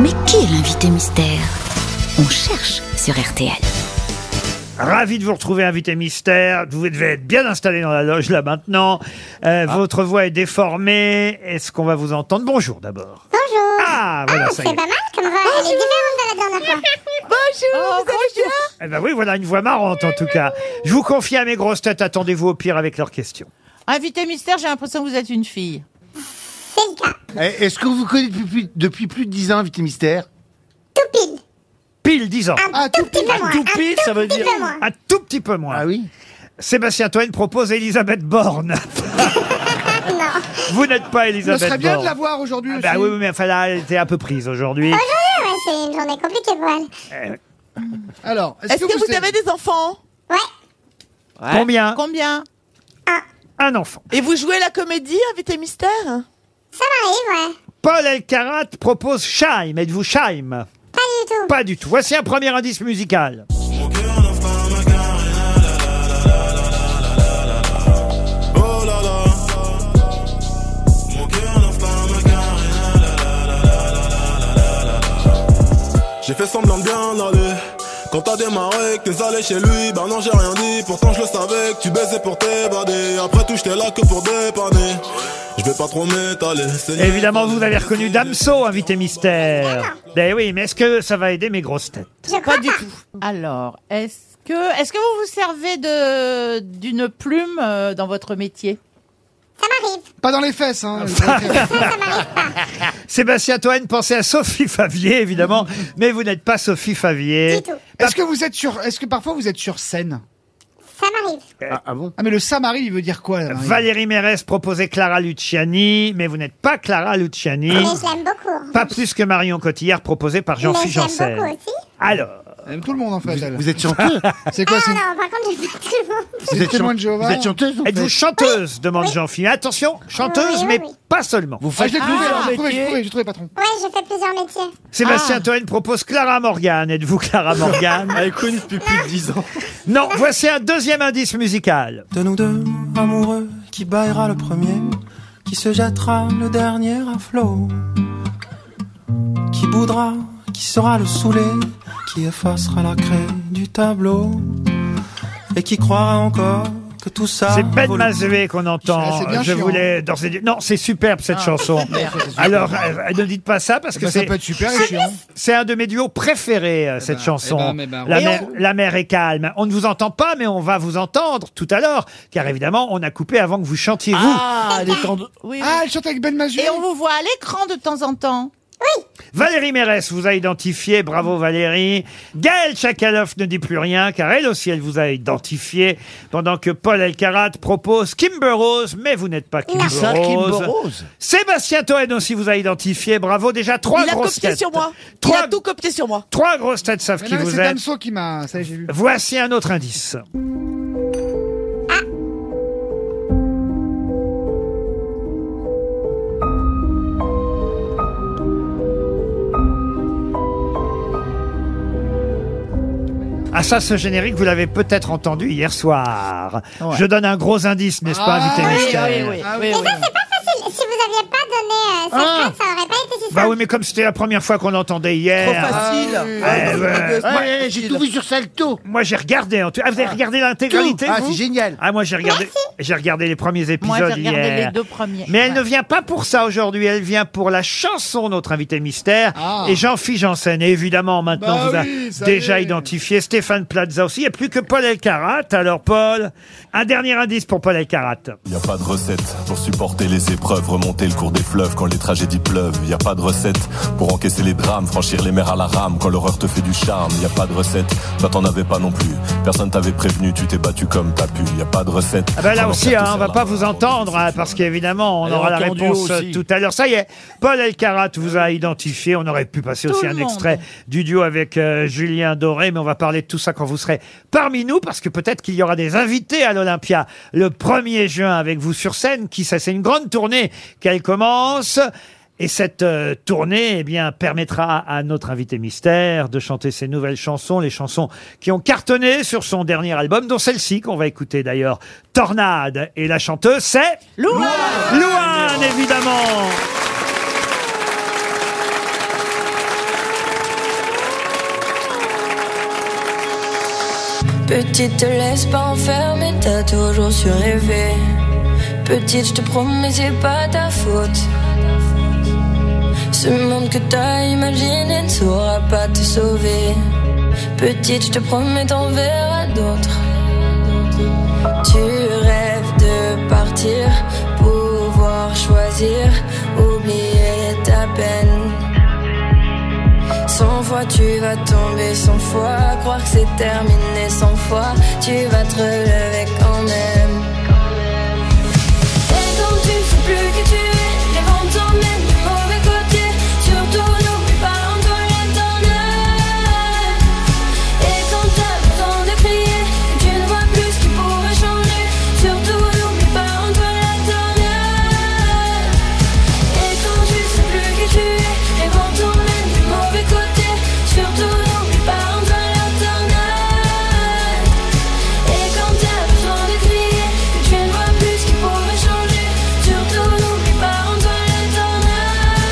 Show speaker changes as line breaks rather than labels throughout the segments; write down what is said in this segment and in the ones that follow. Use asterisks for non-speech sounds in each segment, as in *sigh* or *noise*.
Mais qui est l'invité mystère On cherche sur RTL.
Ravi de vous retrouver, invité mystère. Vous devez être bien installé dans la loge là maintenant. Euh,
Ah.
Votre voix est déformée. Est-ce qu'on va vous entendre Bonjour d'abord.
Bonjour.
Ah, voilà,
Ah,
ça
c'est
y
pas
est.
mal comme voix.
Ah,
Elle est différente de la dernière fois.
Oh,
Eh ben oui, voilà une voix marrante en tout cas. Je vous confie à mes grosses têtes. Attendez-vous au pire avec leurs questions.
Invité mystère, j'ai l'impression que vous êtes une fille.
C'est le cas.
Eh, Est-ce que vous connaissez depuis, plus- depuis plus de 10 ans, Invité Mystère
Tout pile.
Pile 10 ans.
Un tout petit peu moins.
Ah, tout pile, ça veut
petit
dire-
peu moins.
Un tout petit peu moins.
Ah oui
Sébastien Toen propose Elisabeth Borne. *laughs*
Ah.
Non.
Vous n'êtes pas
Ce
Elisabeth
serait bien de
Borne.
la voir aujourd'hui
Ah bah
aussi.
oui, oui, mais enfin là, elle était un peu prise aujourd'hui.
Aujourd'hui, ouais, c'est une journée compliquée pour elle.
Alors,
Est-ce que, vous
savez-
avez des enfants
Ouais.
Ah.
Combien
Combien
Un enfant.
Et vous jouez la comédie, invité mystère
Ça m'arrive, ouais.
Paul Elkarat propose Scheim. Êtes-vous Scheim
Pas du tout.
Pas du tout. Voici un premier indice musical.
J'ai fait semblant de bien aller Quand t'as démarré, que t'es allé chez lui Bah non j'ai rien dit, pourtant je le savais Que tu baisais pour t'évader Après tout j'étais là que pour dépanner Je vais pas trop m'étaler c'est
Évidemment,
nul.
vous avez reconnu Damso, invité mystère. Ben oui, mais est-ce que ça va aider mes grosses têtes
Je crois pas.
*laughs* Alors, est-ce que, est-ce que vous vous servez de, d'une plume euh, dans votre métier
Ça m'arrive.
Pas dans les fesses, hein.
Ça, ça m'arrive pas.
Sébastien Toen, pensez à Sophie *laughs* Favier, évidemment. mais vous n'êtes pas Sophie Favier.
Du tout.
Est-ce que vous êtes sur, est-ce que parfois vous êtes sur scène
Ça m'arrive.
ah, bon Ah mais le Samari, il veut dire quoi là, Marie
Valérie Mérès proposait Clara Luciani, mais vous n'êtes pas Clara Luciani.
Mais je l'aime beaucoup.
Ah,
Pas plus que Marion Cotillard proposée par
Mais
Jean-Philippe
je l'aime
Janssen.
beaucoup aussi.
Alors,
Elle aime tout le monde en fait. elle.
Vous êtes chanteuse
*laughs* C'est
Ah
quoi c'est
non, par contre, j'aime pas tout le monde.
c'est
vous, êtes
témoin
chan-
de Ah, Jéhovah
vous êtes chanteuse en fait
êtes-vous chanteuse demande Jean-Philippe. Attention, chanteuse,
Oui, oui,
mais
oui.
pas seulement.
Vous
Ah,
faites
je l'ai trouvé,
plusieurs
je l'ai trouvé, je l'ai
métiers
trouvé, je l'ai trouvé, patron.
Ouais, je fais plusieurs métiers.
Sébastien Toen propose Clara Morgan. Êtes-vous Clara
*laughs*
Morgan
Elle est connue depuis plus de 10 ans.
Non, voici un deuxième indice musical.
De nous deux, amoureux, qui baillera le premier, qui se jettera le dernier à flot, qui boudra, qui sera le saoulé, qui effacera la craie du tableau, et qui croira encore que tout ça.
C'est Ben
vaut le-
Mazoué qu'on entend.
Ah, c'est bien
je
chiant. Ah.
voulais danser. du- Non, c'est superbe cette
*laughs*
chanson. Alors, euh, ne dites pas ça parce
Eh
que
ben, ça
c'est
peut être super et chiant.
c'est un de mes duos préférés euh, cette
ben,
chanson.
eh ben, mais ben,
la,
et
mer,
on-
la mer est calme. On ne vous entend pas, mais on va vous entendre tout à l'heure, car évidemment, on a coupé avant que vous chantiez vous.
Ah, les temps de-
Oui. oui.
Ah, elle chante avec Ben Mazur.
Et on vous voit à l'écran de temps en temps.
Valérie Mérès vous a identifié, bravo Valérie. Gaël Chakalov ne dit plus rien car elle aussi elle vous a identifié pendant que Paul Elkarat propose Kimber Rose, mais vous n'êtes pas Kimber
ça, Kimber
Rose.
Rose
Sébastien Toen aussi vous a identifié, bravo déjà trois
Il a
grosses
copié
têtes.
sur moi.
Trois,
Il a tout copié sur moi.
trois grosses têtes savent
Mais
qui
non, mais
vous
c'est
êtes.
Damso qui m'a, ça y est, j'ai vu.
Voici un autre indice. Ah. Ah ça, ce générique, vous l'avez peut-être entendu hier soir. Je donne un gros indice, n'est-ce pas,
Ah,
invité
oui,
mystère
Ah oui.
Mais ça, c'est pas facile. Si vous aviez pas donné euh, cette
Ah.
place, ça aurait pas été si simple.
Bah oui, mais comme c'était la première fois qu'on l'entendait hier...
Trop facile.
Ah,
eh, ouais.
Ouais, ouais, j'ai tout vu sur Salto.
Moi, j'ai regardé. En tout... Ah, vous avez regardé l'intégralité
Ah,
vous
c'est génial.
Ah, moi, j'ai regardé, j'ai regardé les premiers épisodes
Moi, j'ai regardé
hier.
les deux premiers.
Mais elle
Ouais.
ne vient pas pour ça aujourd'hui, elle vient pour la chanson Notre Invité Mystère.
Ah.
Et Jean-Philippe Janssen, Et évidemment, maintenant,
Bah
vous a
oui, ça
déjà
y est.
identifié. Stéphane Plaza aussi. Il n'y a plus que Paul Elkarat. Alors, Paul, un dernier indice pour Paul Elkarat.
Y a pas de recette pour supporter les épreuves, remonter le cours des fleuves quand les tragédies pleuvent. Y a pas de recette pour encaisser les drames, franchir les mers à la rame quand l'horreur te fait du charme. Y a pas de recette, toi t'en avais pas non plus. Personne t'avait prévenu, tu t'es battu comme t'as pu. Y a pas de recette.
Ah ben là
Quand
aussi,
l'enfer
hein,
te
on
serre
va
la
pas
main,
vous
avant de
entendre, hein, parce qu'évidemment, on
Elle est
aura la
entendue
réponse euh,
aussi.
tout à l'heure. Ça y est, Paul Elkarat vous a identifié. On aurait pu passer
Tout
aussi
le
un
monde.
extrait du duo avec euh, Julien Doré, mais on va parler de tout ça quand vous serez parmi nous, parce que peut-être qu'il y aura des invités à l'Olympia le 1er juin avec vous sur scène, qui ça, c'est une grande tournée qu'elle commence. Et cette euh, tournée, eh bien, permettra à notre invité mystère de chanter ses nouvelles chansons, les chansons qui ont cartonné sur son dernier album, dont celle-ci qu'on va écouter d'ailleurs, Tornade. Et la chanteuse, c'est
Louane
Louane, évidemment.
Petite, te laisse pas enfermer, t'as toujours su rêver. Petite, je te promets, c'est pas ta faute. Ce monde que t'as imaginé ne saura pas te sauver. Petite, je te promets, t'en verras d'autres. Tu rêves de partir, pouvoir choisir, oublier ta peine. Sans fois tu vas tomber sans foi, croire que c'est terminé sans foi, tu vas te relever quand même. Et quand tu sais plus qui tu es, les vents t'emmènent du mauvais côté, surtout n'oublie pas en toi le tonnerre. Et quand t'as le temps de crier, que tu ne vois plus ce qui pourrait changer, surtout n'oublie pas en toi le tonnerre. Et quand tu sais plus qui tu es, les vents t'emmènent du mauvais côté, surtout n'oublie pas en toi le tonnerre. Et quand t'as besoin de crier, que tu ne vois plus ce qui pourrait changer, surtout n'oublie pas en toi le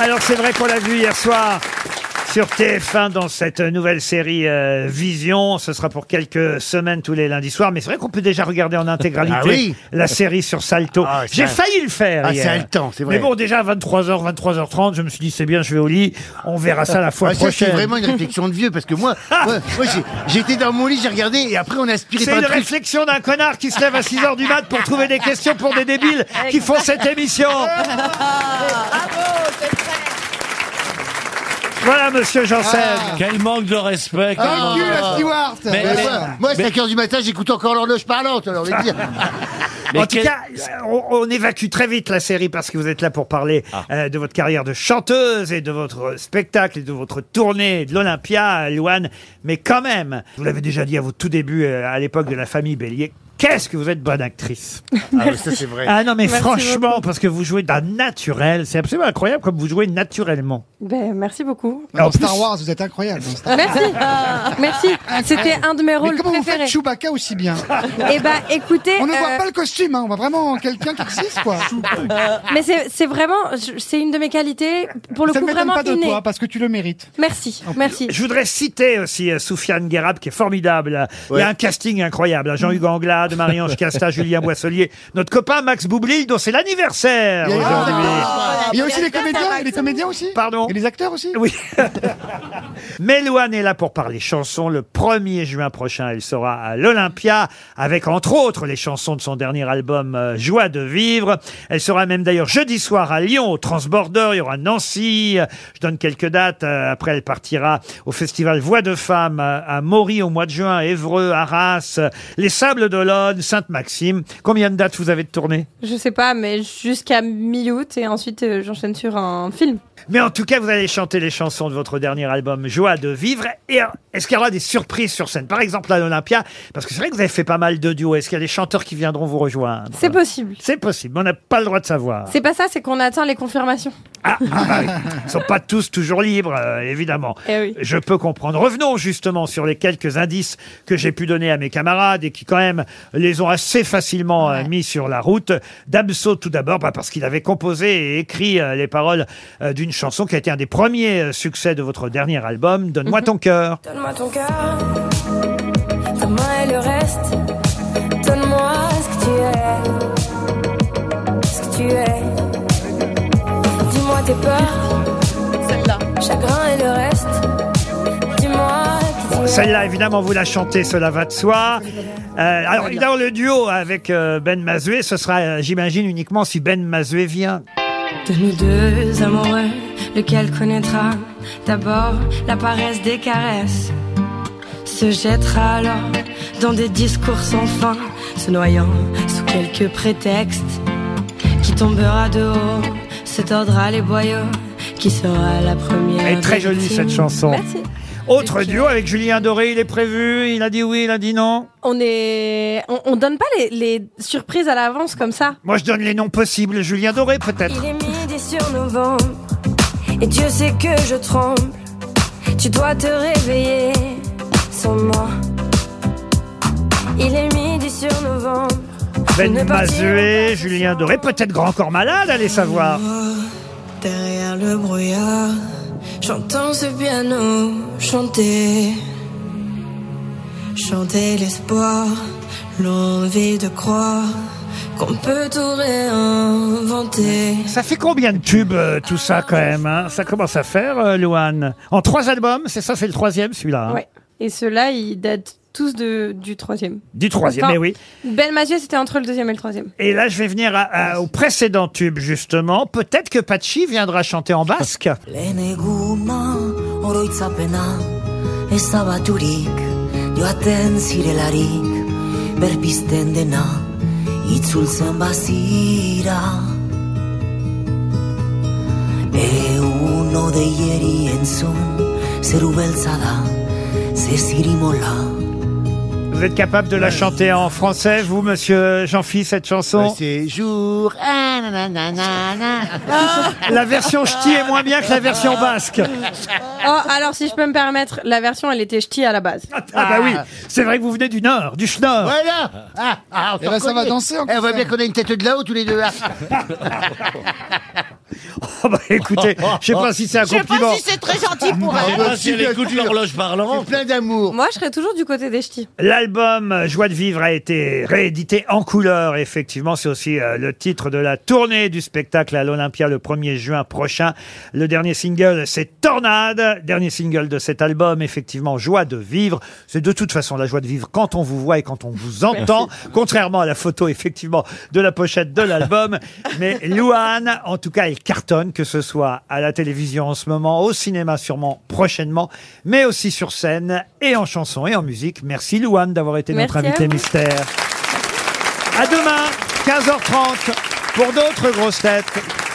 Alors c'est vrai qu'on l'a vu hier soir sur TF1 dans cette nouvelle série euh, Vision. Ce sera pour quelques semaines tous les lundis soirs. Mais c'est vrai qu'on peut déjà regarder en intégralité
*laughs* Ah oui.
la série sur Salto.
Ah, c'est
J'ai
un-
failli le faire.
Ah,
hier.
c'est haletant, c'est vrai.
Mais bon, déjà à 23h, 23h30, je me suis dit c'est bien, je vais au lit. On verra ça la fois
Ah, ça,
prochaine.
c'est vraiment une réflexion de vieux parce que *laughs* moi, moi, moi, j'ai- j'étais dans mon lit, j'ai regardé et après on a aspiré
C'est
par
une
le truc.
réflexion d'un connard qui se lève à 6h du mat pour trouver des questions pour des débiles qui font cette émission.
Bravo, c'est vrai.
Voilà, monsieur Janssen.
Quel manque de respect. quel
Ah,
manque
cul,
de-
la Stewart
Mais-
Mais
mais-
voilà. Moi, à 5h du matin, j'écoute encore l'horloge parlante, alors on va dire.
Mais
en tout
quel-
cas, on, on évacue très vite la série parce que vous êtes là pour parler
Ah.
euh, de votre carrière de chanteuse et de votre spectacle et de votre tournée de l'Olympia, euh, Louane. Mais quand même, vous l'avez déjà dit à vos tout débuts, euh, à l'époque de la famille Bélier, qu'est-ce que vous êtes bonne actrice
Ah, ouais, ça, c'est vrai.
Ah non, mais franchement, parce que vous jouez d'un naturel, c'est absolument incroyable comme vous jouez naturellement.
Ben, merci beaucoup.
En plus-
Wars, vous êtes incroyable. dans
Ah,
Star-
Merci. Merci. C'était un de mes
Ah. Mais
rôles
comment vous
préférés.
faites Chewbacca aussi
*laughs*
bien
Eh ben, écoutez,
On ne voit
euh,
pas le costume, hein, on voit vraiment quelqu'un qui existe, quoi.
mais c'est c'est vraiment, je- c'est une de mes qualités, pour le
Ça ne
coup,
m'étonne
vraiment
pas de
innée.
toi, parce que tu le mérites.
Merci, merci.
Je voudrais citer aussi euh, Soufiane Guérab, qui est formidable. Il y a un casting incroyable. hein.
Mm.
Jean-Hugues Anglade, Marie-Ange
*laughs*
Casta, Julien Boisselier, notre copain Max Boublil, dont c'est l'anniversaire
Ah,
Il y a,
aujourd'hui.
bah,
Il y a aussi les
Voilà.
comédiens, les comédiens aussi
Pardon
Et les acteurs aussi
Oui. Méloane est là pour parler chansons. Le 1er juin prochain, elle sera à l'Olympia avec entre autres les chansons de son dernier album euh, Joie de vivre. Elle sera même d'ailleurs jeudi soir à Lyon au Transborder. Il y aura Nancy. Euh, Je donne quelques dates. Euh, Après, elle partira au festival Voix de Femmes euh, à Maury au mois de juin, à Évreux, Arras, euh, les Sables d'Olonne, Sainte-Maxime. Combien de dates vous avez de tournée
Je sais pas, mais jusqu'à mi-août et ensuite euh, j'enchaîne sur un film.
Mais en tout cas, vous allez chanter les chansons de votre dernier album Joie de vivre. Et euh, est-ce qu'il y aura des surprises sur scène Par exemple, à l'Olympia, parce que c'est vrai que vous avez fait pas mal de duos. Est-ce qu'il y a des chanteurs qui viendront vous rejoindre
C'est possible.
C'est possible, mais on n'a pas le droit de savoir.
C'est pas ça, c'est qu'on attend les confirmations.
Ah bah oui, Ils ne sont pas tous toujours libres, euh, évidemment.
Eh oui.
Je peux comprendre. Revenons justement sur les quelques indices que j'ai pu donner à mes camarades et qui quand même les ont assez facilement euh, mis sur la route. Damso tout d'abord, bah, parce qu'il avait composé et écrit euh, les paroles euh, d'une chanson qui a été un des premiers euh, succès de votre dernier album, Donne-moi ton cœur.
Donne-moi ton cœur, ta main et le reste. Donne-moi ce que tu es, ce que tu es. Dis-moi tes peurs,
Celle-là.
chagrin et le reste. Dis-moi qui tu es.
Celle-là, évidemment, vous la chantez, cela va de soi. Euh, alors, dans le duo avec euh, Ben Mazué, ce sera, euh, j'imagine, uniquement si Ben Mazué vient.
De nous deux amoureux, lequel connaîtra d'abord la paresse des caresses Se jettera alors dans des discours sans fin, se noyant sous quelques prétextes qui tombera de haut, se tordra les boyaux, qui sera la première.
Elle est très jolie
victime.
cette chanson. Autre duo avec Julien Doré, il est prévu, il a dit oui, il a dit non.
On est, on, on donne pas les, les surprises à l'avance comme ça.
Moi je donne les noms possibles, Julien Doré peut-être.
Il est midi sur novembre, et Dieu sait que je tremble. Tu dois te réveiller sans moi. Il est midi sur novembre.
Ben Mazué, Julien Doré, peut-être grand corps malade, allez savoir.
Derrière le brouillard, j'entends ce piano chanter. Chanter l'espoir, l'envie de croire qu'on peut tout réinventer.
Ça fait combien de tubes euh, tout ça quand même hein Ça commence à faire, euh, Louane. En trois albums, c'est ça, c'est le troisième celui-là. hein
Ouais. Et ceux-là, ils datent tous de, du troisième.
Du troisième, mais oui.
Ben Mazieu, c'était entre le deuxième et le troisième.
Et là, je vais venir à- à- au précédent tube justement. Peut-être que Pachi viendra chanter en basque.
Leneguma oroitzapena ezabaturik joaten zirelarik berpisten dena itzultzen bazira Egun odeieri entzun zeru beltza da ze zirimola
Vous êtes capable de la chanter en français, vous, monsieur Jean-Phi, cette chanson
C'est jour. Ah, nananana.
*laughs* La version ch'ti est moins bien que la version basque.
Oh, alors si je peux me permettre, la version, elle était ch'ti à la base.
Ah bah oui, c'est vrai que vous venez du nord, du schnorr.
Voilà ah, ah, on
Et
ben,
s'en
là, ça
reconnaît.
va danser, en
Eh, On
plus,
voit bien
hein.
qu'on a une tête de là-haut tous les deux. là.
Oh bah écoutez, je sais pas si c'est un
Je sais pas
compliment.
si c'est très gentil pour elle. Je sais
Ah,
pas si elle écoute l'horloge
parlante.
Plein d'amour.
Moi, je serais toujours du côté des ch'tis.
L'album Joie de vivre a été réédité en couleur. Effectivement, c'est aussi euh, le titre de la tournée du spectacle à l'Olympia le 1er juin prochain. Le dernier single, c'est Tornade. Dernier single de cet album, effectivement, Joie de vivre. C'est de toute façon la joie de vivre quand on vous voit et quand on vous entend. Contrairement à la photo, effectivement, de la pochette
*laughs*
de l'album. Mais Louane, en tout cas, elle cartonne, que ce soit à la télévision en ce moment, au cinéma sûrement prochainement, mais aussi sur scène et en chanson et en musique. Merci Louane d'avoir été notre
Merci à
invité
vous.
mystère. À demain, 15h30, pour d'autres grosses têtes.